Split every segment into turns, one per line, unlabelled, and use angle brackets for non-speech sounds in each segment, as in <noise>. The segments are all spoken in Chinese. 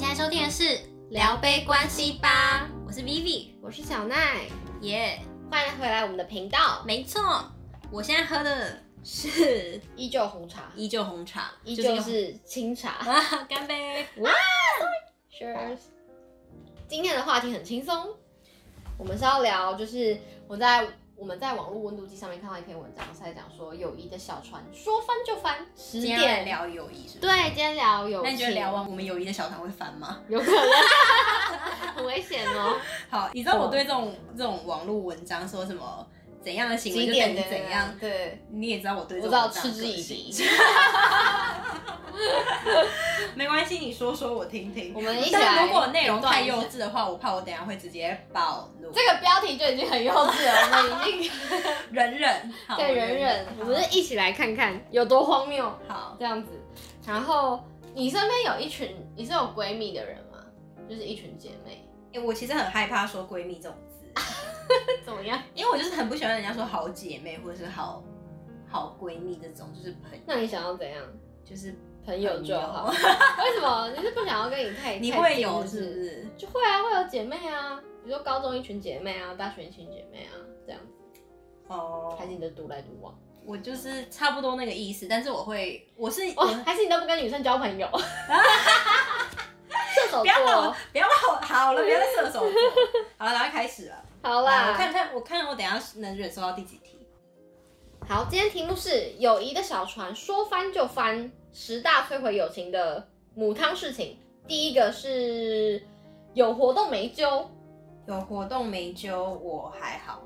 在收听的是《聊杯关系吧》，我是 Vivi，
我是小奈，
耶、
欢迎回来我们的频道，
没错，我现在喝的是
依旧红茶，
依旧红茶，
依
就
旧
一
是清
个 <laughs>
茶。
红啊，干杯！
Cheers！今天的话题很轻松，我们是要聊，就是我在我们在网络温度计上面看到一篇文章，是在讲说友谊的小船说翻就翻，十
今天要来
点。
聊友谊是不是？
对，今天聊友
那你觉得
情
聊完哦我们友谊的小团会翻吗？
<laughs> 有可能 <laughs> 很危险
<laughs>
哦。
好，你知道我对这种这种网络文章说什么怎样的行为就等于
的
怎样，
对，
你也知道我对
我
这种
知道
文章的
嗤之以
个性
鼻。。
没关系，你说说我听听。
我们一起
但
来
如果内容
评断
太
一下
幼稚的话，我怕我等一下会直接暴怒。
<laughs> 这个标题就已经很幼稚了，我们已经
忍忍，好
对忍忍，我们
好
是一起来看看有多荒谬
好，
这样子。然后你身边有一群你是有闺蜜的人吗？就是一群姐妹，
欸我其实很害怕说闺蜜这种字，
怎么样？
因为我就是很不喜欢人家说好姐妹或者是好好闺蜜这种，就是朋
那你想要怎样？
就是
朋友就好。
朋
<laughs> 为什么你是不想要跟你太
你
太
会
近
有
是
是不是？
就会啊，会有姐妹啊，比如说高中一群姐妹啊，大学一群姐妹啊，这样子，
哦
还是你的独来独往？
我就是差不多那个意思，但是我会，我是我，
哦还是你都不跟女生交
<laughs>
朋友？射手
不要把
座
我，，不要把我，好了，不要再射手座。好了，赶快开始了。啊
好啦，
我看看，我看我等一下能忍受到第几题。
好，今天题目是友谊的小船说翻就翻，十大摧毁友情的母汤事情。第一个是有活动没揪，
有活动没揪，我还好。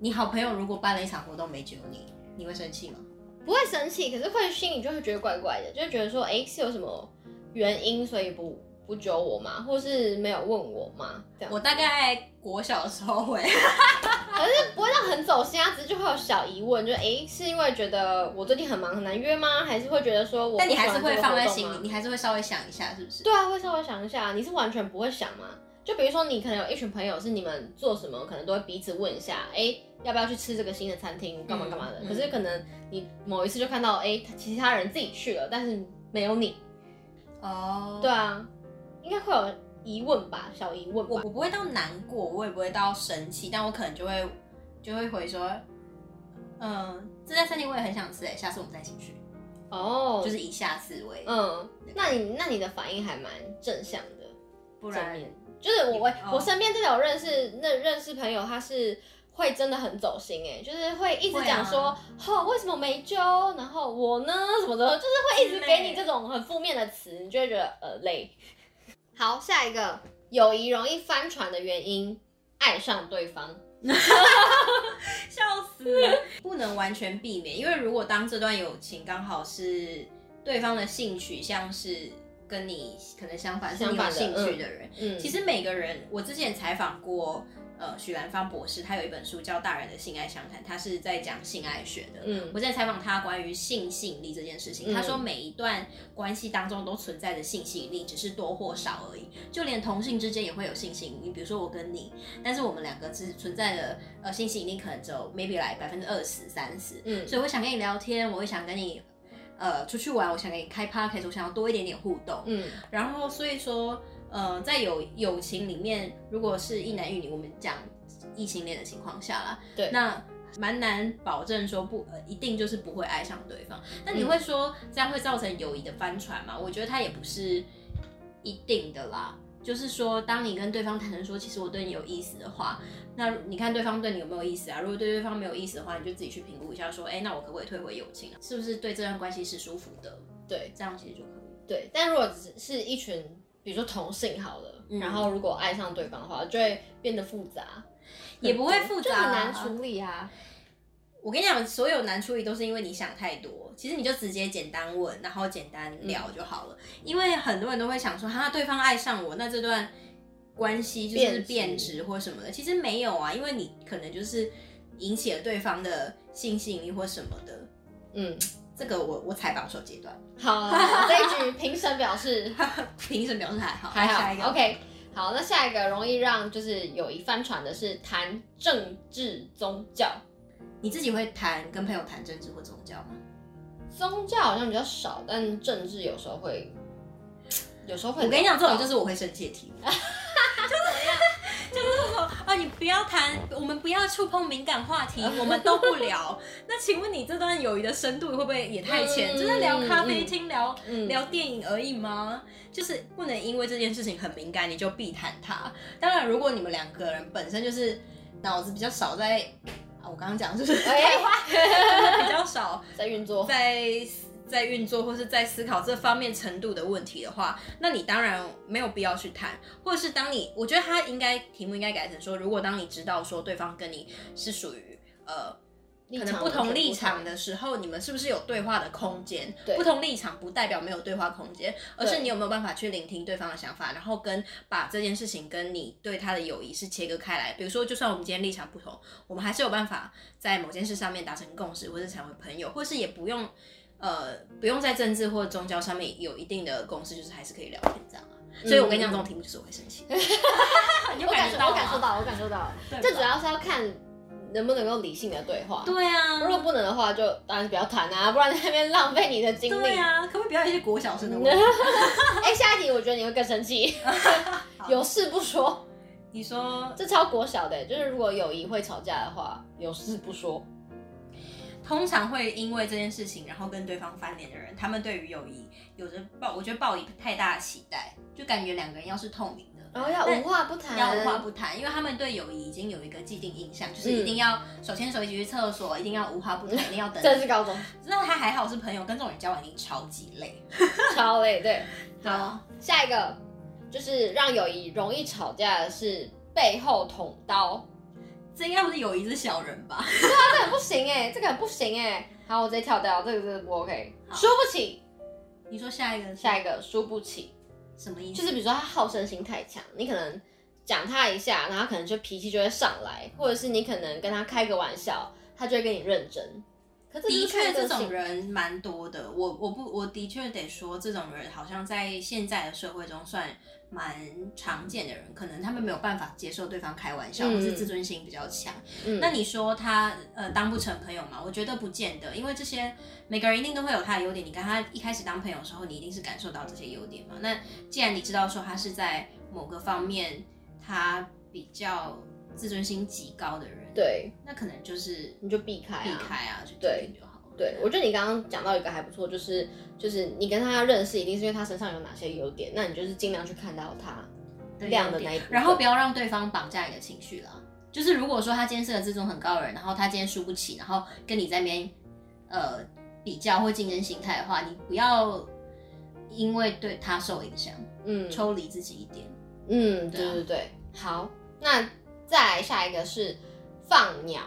你好朋友如果办了一场活动没揪你，你会生气吗？
不会生气，可是会心里就会觉得怪怪的，就会觉得说，哎、是有什么原因所以不不揪我吗？或是没有问我吗？这样，
我大概国小的时候会，
可是不会让很走心啊，只是就会有小疑问，就哎、诶是因为觉得我最近很忙很难约吗？还是会觉得说我
但你
不喜
还
欢
是会
这个
放在
活动
心
吗
里，你还是会稍微想一下，是不是？
对啊，会稍微想一下，你是完全不会想吗？就比如说，你可能有一群朋友，是你们做什么，可能都会彼此问一下，哎、要不要去吃这个新的餐厅，干嘛干嘛的。
嗯嗯
可是可能你某一次就看到，哎、其他人自己去了，但是没有你。
哦
对啊，应该会有疑问吧，小疑问
我
吧。
我不会到难过，我也不会到生气，但我可能就会就会回说，嗯、这家餐厅我也很想吃哎、下次我们再一起去，
哦，
就是以下次为，
嗯，那你那你的反应还蛮正向的。
不然
正面就是我我
哦
我身边真的有认识那认识朋友，他是会真的很走心哎、就是会一
啊
直讲说，哦为什么没揪，然后我呢什么的，就是会一直给你这种很负面的词，你就会觉得呃累。好，下一个友谊容易翻船的原因，爱上对方。
笑死！不能完全避免，因为如果当这段友情刚好是对方的性取向是跟你可能相反，是你有
相反的
兴趣的人，
嗯，
其实每个人，我之前采访过。呃，许兰芳博士，他有一本书叫《大人的性爱相谈》，他是在讲性爱学的。
嗯
我在采访他关于性吸引力这件事情，
嗯
他说每一段关系当中都存在着性吸引力，只是多或少而已。就连同性之间也会有性吸引力，比如说我跟你，但是我们两个只存在的呃性吸引力可能只有 maybe 来百分之二十、三十，
嗯
所以我想跟你聊天，我会想跟你呃出去玩，我想跟你开 p a r t 我想要多一点点互动。
嗯
然后所以说，呃，在友友情里面，如果是一男一女，我们讲异性恋的情况下啦，
对
那蛮难保证说不、呃、一定就是不会爱上对方。那你会说这样会造成友谊的翻船吗？我觉得它也不是一定的啦。就是说，当你跟对方坦诚说，其实我对你有意思的话，那你看对方对你有没有意思啊？如果对对方没有意思的话，你就自己去评估一下，说，哎、那我可不可以退回友情啊？是不是对这段关系是舒服的？
对
这样其实就可以。
对，但如果只是一群比如说同性好了，
嗯
然后如果爱上对方的话，就会变得复杂，
也不会复杂
就
啊
很难处理啊。
我跟你讲，所有难处理都是因为你想太多。其实你就直接简单问，然后简单聊就好了。
嗯
因为很多人都会想说，哈，对方爱上我，那这段关系就是
变质
变质或什么的。其实没有啊，因为你可能就是引起了对方的性吸引力或什么的。
嗯，
这个我我采访首阶段， <laughs>
好，这一局评审表示
评审表示还 <laughs> 好，
还
下一个
好。OK，好，那下一个容易让就是友谊翻船的是谈政治宗教，
你自己会谈跟朋友谈政治或宗教吗？
宗教好像比较少，但政治有时候会有时候会。
我跟你讲，这种就是我会生气的题
<laughs>
目。就是说，啊，你不要谈，我们不要触碰敏感话
<laughs>
题，我们都不聊。那请问你这段友谊的深度会不会也太浅？
嗯
就是聊咖啡厅、聊
嗯
聊电影而已吗？就是不能因为这件事情很敏感，你就避谈它。当然，如果你们两个人本身就是脑子比较少在，啊，我刚刚讲
<laughs>
就是 <laughs>
哎，
比较少
在运作，
在在运作或是在思考这方面程度的问题的话，那你当然没有必要去谈，或者是当你，我觉得他应该题目应该改成说，如果当你知道说对方跟你是属于呃可能不同立场的时候，你们是不是有对话的空间？
嗯对
不同立场不代表没有对话空间，而是你有没有办法去聆听对方的想法，然后跟把这件事情跟你对他的友谊是切割开来。比如说，就算我们今天立场不同，我们还是有办法在某件事上面达成共识，或是成为朋友，或是也不用呃不用在政治或宗教上面有一定的共识，就是还是可以聊天这样啊。所以我跟你讲，这种题目就是我会生
<laughs>
气，你有
我感
感觉
受到，
到
我感受
吗？
到，我感
<laughs>
受到，
对吧
这主要是要看能不能够理性的对话。
对啊，
如果不能的话，就当然是不要谈啊，不然在那边浪费你的精力。
对啊，可不可以不要一些国小生的
<laughs>
问题？
哎、下一题我觉得你会更生气， <laughs> 有事不说，
你说
这超国小的，欸就是如果友谊会吵架的话，有事不说。
通常会因为这件事情，然后跟对方翻脸的人，他们对于友谊有着抱，我觉得抱以太大的期待，就感觉两个人要是透明的，
然后哦要无话不谈，
要无话不谈，因为他们对友谊已经有一个既定印象，就是一定要手牵手一起去厕所，一定要无话不谈，一定要等。
<laughs>
<laughs>
这是高中
那他还好是朋友，跟这种人交往已经超级累。
超累。对，
对
好
啊，
下一个就是让友谊容易吵架的是背后捅刀，
这应该不是友谊，是小人吧？
这个不行哎、这个不行哎、好，我直接跳掉，这个这个不 OK，
好
输不起。
你说下一个，
下一个输不起，
什么意思？
就是比如说他好胜心太强，你可能讲他一下，然后他可能就脾气就会上来，或者是你可能跟他开个玩笑，他就会跟你认真。可这
的
就是看
确，这
个性
种人蛮多的。我我不我的确得说，这种人好像在现在的社会中算蛮常见的人。可能他们没有办法接受对方开玩笑，
嗯
或是自尊心比较强。
嗯
那你说他呃当不成朋友嘛？我觉得不见得，因为这些每个人一定都会有他的优点。你跟他一开始当朋友的时候，你一定是感受到这些优点嘛。那既然你知道说他是在某个方面他比较自尊心极高的人，
对，
那可能就是
你就避开、啊，
避开啊，去
对
听就好了。
对，我觉得你刚刚讲到一个还不错，就是就是你跟他认识，一定是因为他身上有哪些优点，那你就是尽量去看到他
对
亮的
有点
那一部分
然后不要让对方绑架你的情绪啦。就是如果说他今天是个自尊很高的人，然后他今天输不起，然后跟你在那边呃比较或竞争心态的话，你不要因为对他受影响，
嗯
抽离自己一点。
嗯，对
对啊
对对，好，那再来下一个是放鸟，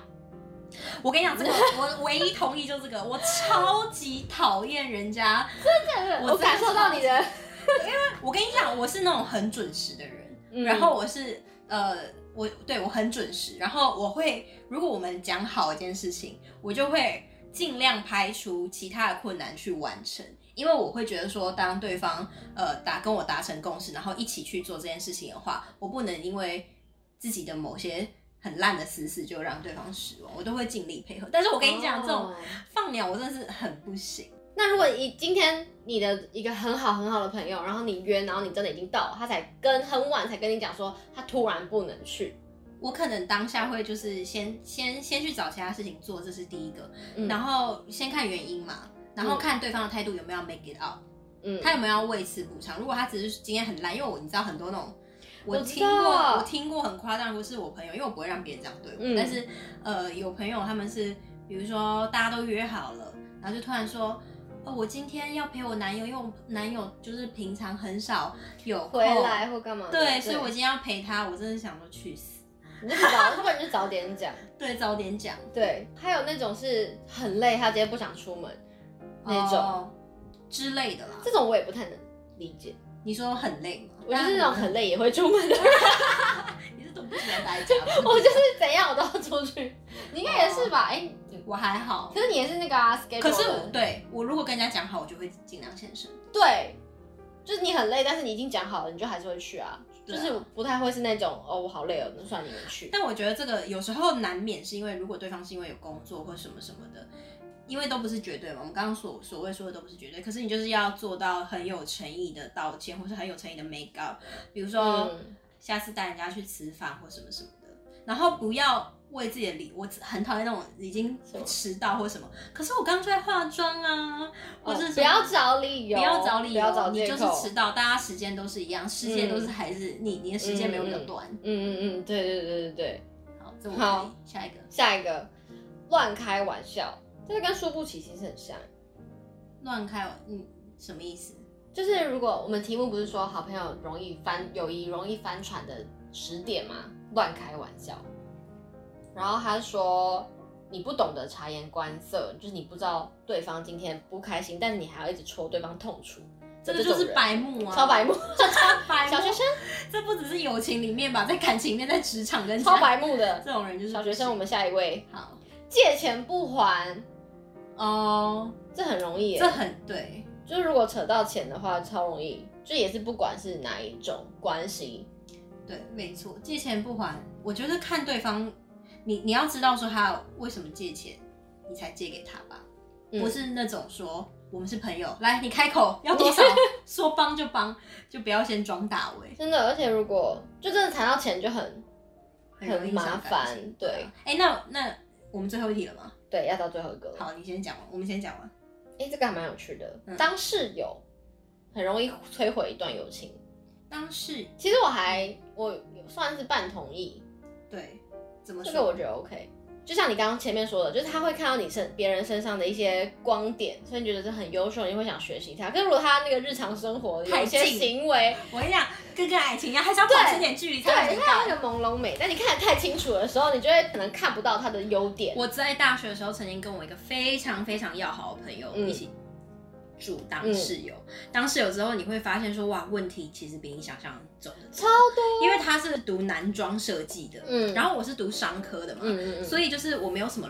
我跟你讲，这个我唯一同意就这个，我超级讨厌人家。
我
我
感受到你的，
我跟你讲，我是那种很准时的人，<laughs>
嗯
然后我是呃，我对我很准时，然后我会，如果我们讲好一件事情，我就会尽量排除其他的困难去完成，因为我会觉得说，当对方呃达跟我达成共识，然后一起去做这件事情的话，我不能因为自己的某些。很烂的私事就让对方失望，我都会尽力配合。但是我跟你讲，这种
哦
放鸟我真的是很不行。
那如果你今天你的一个很好很好的朋友，然后你约，然后你真的已经到了，他才跟很晚才跟你讲说他突然不能去，
我可能当下会就是先先先去找其他事情做，这是第一个。
嗯
然后先看原因嘛，然后看对方的态度有没有 make it up，、
嗯，
他有没有要为此补偿。如果他只是今天很烂，因为我你知道很多那种，我
我知
听过
道
我听过很夸张的故事，我朋友因为我不会让别人这样对我，
嗯
但是呃有朋友他们是比如说大家都约好了，然后就突然说。哦，我今天要陪我男友，因为我男友就是平常很少有空
回，来或干嘛的，
对，所以我今天要陪他，我真的想说去死。
你就早，要不然你就早点 <laughs> 讲。
对，早点讲
对，还有那种是很累，他直接不想出门那种，
哦之类的啦。
这种我也不太能理解。
你说很累吗？
我就是那种很累也会出门的人，
你是都不喜欢待在家 <laughs> 吗
<laughs> 我就是怎样我都要出去。你应该也是吧？哎、你
我还好
可，是你也是那个啊，schedule
可是
的
我对我如果跟人家讲好，我就会尽量现身。
对，就是你很累，但是你已经讲好了，你就还是会去啊。
对
就
啊
是不太会是那种哦，我好累哦，那算
<laughs>
你们去。
但我觉得这个有时候难免是因为，如果对方是因为有工作或什么什么的，因为都不是绝对嘛，我们刚刚所所谓说的都不是绝对，可是你就是要做到很有诚意的道歉，或是很有诚意的 make up，比如说、
嗯
下次带人家去吃饭或什么什么的，然后不要为自己的理，我很讨厌那种已经
什么
迟到或什么，可是我刚刚就在化妆啊，或
哦
者、
不要找理由，
不要找理
不要找
你
借
就是
口
迟到，大家时间都是一样，世界都是还是、你你的时间没有比较短。
嗯嗯嗯，对对对对对。
好，这我可
嗯好
以下一个
下一个，乱开玩笑，这个跟输不起其实很像。
乱开，嗯，什么意思？
就是如果我们题目不是说好朋友容易翻友谊容易翻船的十点吗？乱开玩笑。然后他说你不懂得察言观色，就是你不知道对方今天不开心，但是你还要一直戳对方痛处，
这
这
个
种
就是
人
白目啊，<laughs>
超白目，
超白目。
小学生
这不只是友情里面吧，在感情里面，在职场跟
超
家
白目的
这种人就是
<laughs> 小学生。我们下一位，
好
借钱不还，
哦，
这很容易耶，
这很对。
就是如果扯到钱的话，超容易，就也是不管是哪一种关系，
对，没错，借钱不还，我觉得看对方，你你要知道说他为什么借钱，你才借给他吧，
嗯
不是那种说我们是朋友，来你开口
<laughs>
要多少，说帮就帮，就不要先装大尾，
真的。而且如果就真的谈到钱，就很
很容易
很麻
伤感
烦
情
对
啊哎、那那我们最后一题了吗？
对，要到最后一个了。
好，你先讲完，我们先讲完。
哎、这个还蛮有趣的，
嗯
当室友很容易摧毁一段友情。
当事
其实我还我算是半同意，
对怎么
这
说？
个我觉得 OK。就像你刚刚前面说的，就是他会看到你身别人身上的一些光点，所以你觉得这很优秀，你会想学习他。可是如果他那个日常生活有
太
一些
近
行为，
我跟你讲，跟跟爱情一样，还是要保持点距离才能
对，
得
它有
到。
那个朦胧美，但你看得太清楚的时候，你就会可能看不到它的优点。
我在大学的时候，曾经跟我一个非常非常要好的朋友
嗯
一起住当室友。当室友之后，你会发现说，哇，问题其实比你想象中的
超
多，
多，
因为他是读男装设计的，
嗯
然后我是读商科的嘛，
嗯嗯嗯，
所
以
以就是我没有什么。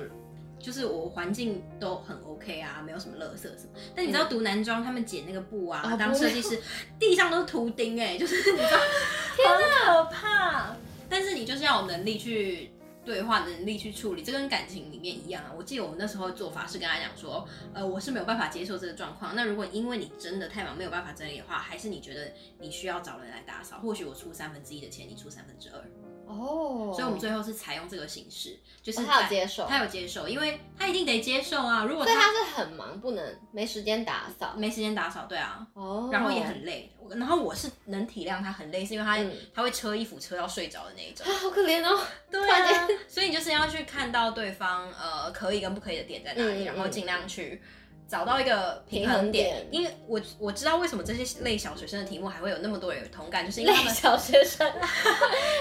就是我环境都很 OK 啊，没有什么垃圾什么。但你知道读男装，他们剪那个布啊，
哦
当
布料
设计师，地上都是图钉哎、就是你知道，很可怕。但是你就是要有能力去对话，能力去处理，这跟感情里面一样啊。我记得我那时候的做法是跟他讲说，呃，我是没有办法接受这个状况。那如果因为你真的太忙没有办法整理的话，还是你觉得你需要找人来打扫，或许我出三分之一的钱，你出三分之二。
哦，
所以我们最后是采用这个形式，就是
哦他有
在
接受，
他有接受，因为他一定得接受啊。如果
所以
他
他是很忙，不能没时间打扫
没时间打扫，对啊，
哦，
然后也很累。我然后我是能体谅他很累，是因为他、
嗯
他会车衣服车到睡着的那一种
<laughs> 啊。，好可怜哦，
对
突
啊
然，
所以你就是要去看到对方呃可以跟不可以的点在哪里，
嗯嗯嗯
然后尽量去。找到一个 <laughs> 平
平
衡
衡
点
点，
因为我我知道为什么这些类小学生的题目还会有那么多人有同感，就是因为
<laughs> 累
他们
小学生，
<laughs>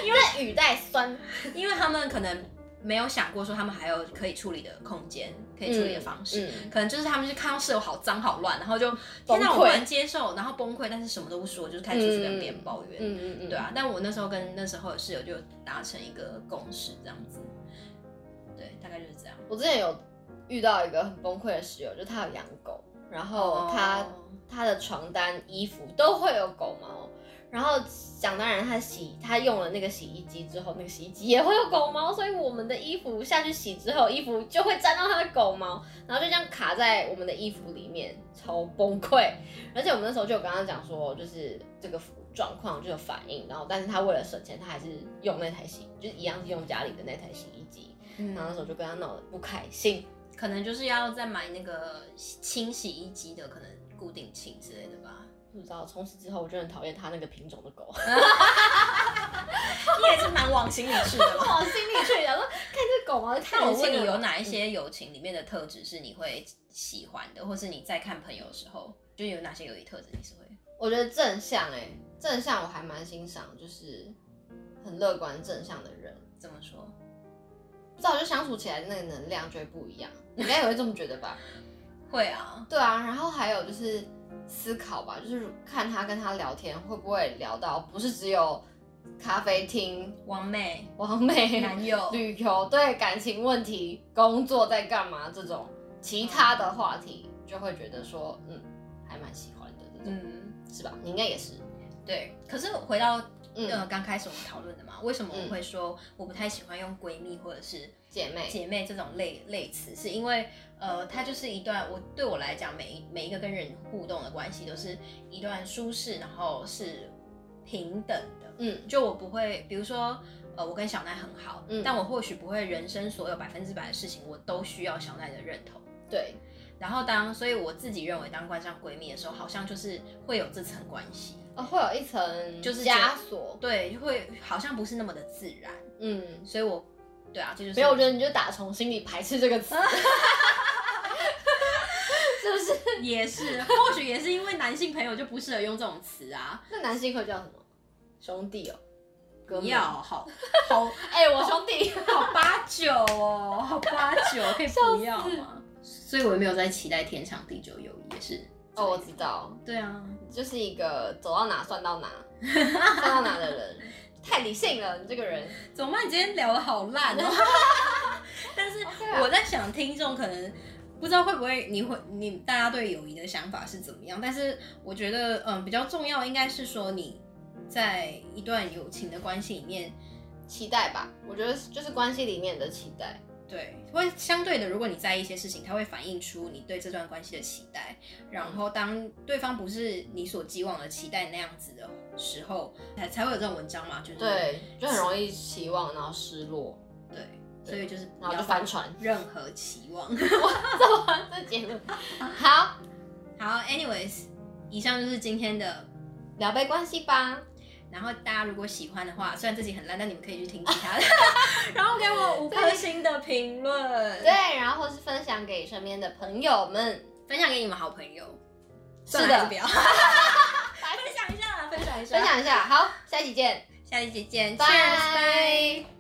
因为语带酸，嗯
因为他们可能没有想过说他们还有可以处理的空间，可以处理的方式，
嗯
可能就是他们就看到室友好脏好乱，然后就
崩
天哪，
溃
我不能接受，然后崩溃，但是什么都不说，就是开始出去跟别人抱怨，
嗯嗯嗯，
对，啊。但我那时候跟那时候的室友就达成一个共识，这样子，对，大概就是这样。
我之前有遇到一个很崩溃的室友，就他有养狗，然后他、
哦
他的床单、衣服都会有狗毛，然后想当然他洗他用了那个洗衣机之后，那个洗衣机也会有狗毛，所以我们的衣服下去洗之后，衣服就会沾到他的狗毛，然后就这样卡在我们的衣服里面，超崩溃。而且我们那时候就有跟他讲说，就是这个状况就有反应，然后但是他为了省钱，他还是用那台洗，就是一样是用家里的那台洗衣机。
嗯
然后那时候就跟他闹得不开心。
可能就是要再买那个清洗衣机的，可能固定清之类的吧。
不知道，从此之后我就很讨厌他那个品种的狗，
你也是蛮往心里去的
<laughs>
嘛。
往心里去，想说看这狗毛太
那我问你，
温柔
有
了
哪一些友情里面的特质是你会喜欢的，或是你在看朋友的时候，就有哪些友谊特质你是会？
我觉得正向哎、正向我还蛮欣赏，就是很乐观正向的人。
怎么说？
不知道，就相处起来那个能量就会不一样，你应该也会这么觉得 <laughs> 吧？
会啊，
对啊，然后还有就是思考吧，就是看他跟他聊天会不会聊到不是只有咖啡厅、
王妹、
完美
男友，
旅游、对感情问题、工作在干嘛这种，其他的话题就会觉得说，嗯，还蛮喜欢的这种，
嗯，
是吧？你应该也是，
对。可是回到
嗯
呃刚开始我们讨论的嘛，为什么我会说我不太喜欢用闺蜜或者是
姐妹，
姐妹这种类类词，是因为呃，它就是一段我对我来讲，每一每一个跟人互动的关系都是一段舒适，然后是平等的。
嗯
就我不会，比如说呃，我跟小奈很好，
嗯
但我或许不会人生所有百分之百的事情，我都需要小奈的认同。
对，
然后当所以我自己认为当关上闺蜜的时候，好像就是会有这层关系，
哦，会有一层
就是
枷锁，
对，会好像不是那么的自然，
嗯，
所以我对啊，这就是
没有，我觉得你就打从心里排斥这个
<laughs>
词，是不是？
也是，或许也是因为男性朋友就不适合用这种词 <laughs> 啊，
那男性会叫什么？兄弟哦，哥
不
们
要， <laughs> 好好
哎、我
<laughs>
兄弟，
好八九哦，好八九，可以不要吗？所以我也没有在期待天长地久友谊，也是
哦，我知，道，
对啊，
就是一个走到哪算
<laughs>
到哪，算到哪的人，太理性了，你这个人。
怎么办？你今天聊的好烂 <laughs> 哦。但是
OK 啦
我在想，听众可能不知道会不会，你会你大家对友谊的想法是怎么样？但是我觉得，嗯，比较重要应该是说你在一段友情的关系里面，
期待吧，我觉得就是关系里面的期待。
对，会相对的，如果你在意一些事情，它会反映出你对这段关系的期待。然后，当对方不是你所寄望的期待那样子的时候，才才会有这种文章嘛，就是
对，就很容易期望，然后失落，
对，所以就是
然
不
后
要
就翻船。
任何期望。
<laughs> 这结论好，
好，anyways，以上就是今天的。
聊杯关系吧。
然后大家如果喜欢的话，虽然自己很烂，但你们可以去听其
<laughs>
他的，然后给我五颗星的评论，
对，，然后或是分享给身边的朋友们。
分享给你们好朋友。
是
算了还
的
不，
<laughs>
要分享一下啦，分享一下，
分，享一下。好，下期见，
下一期见，
拜
Cheers，拜。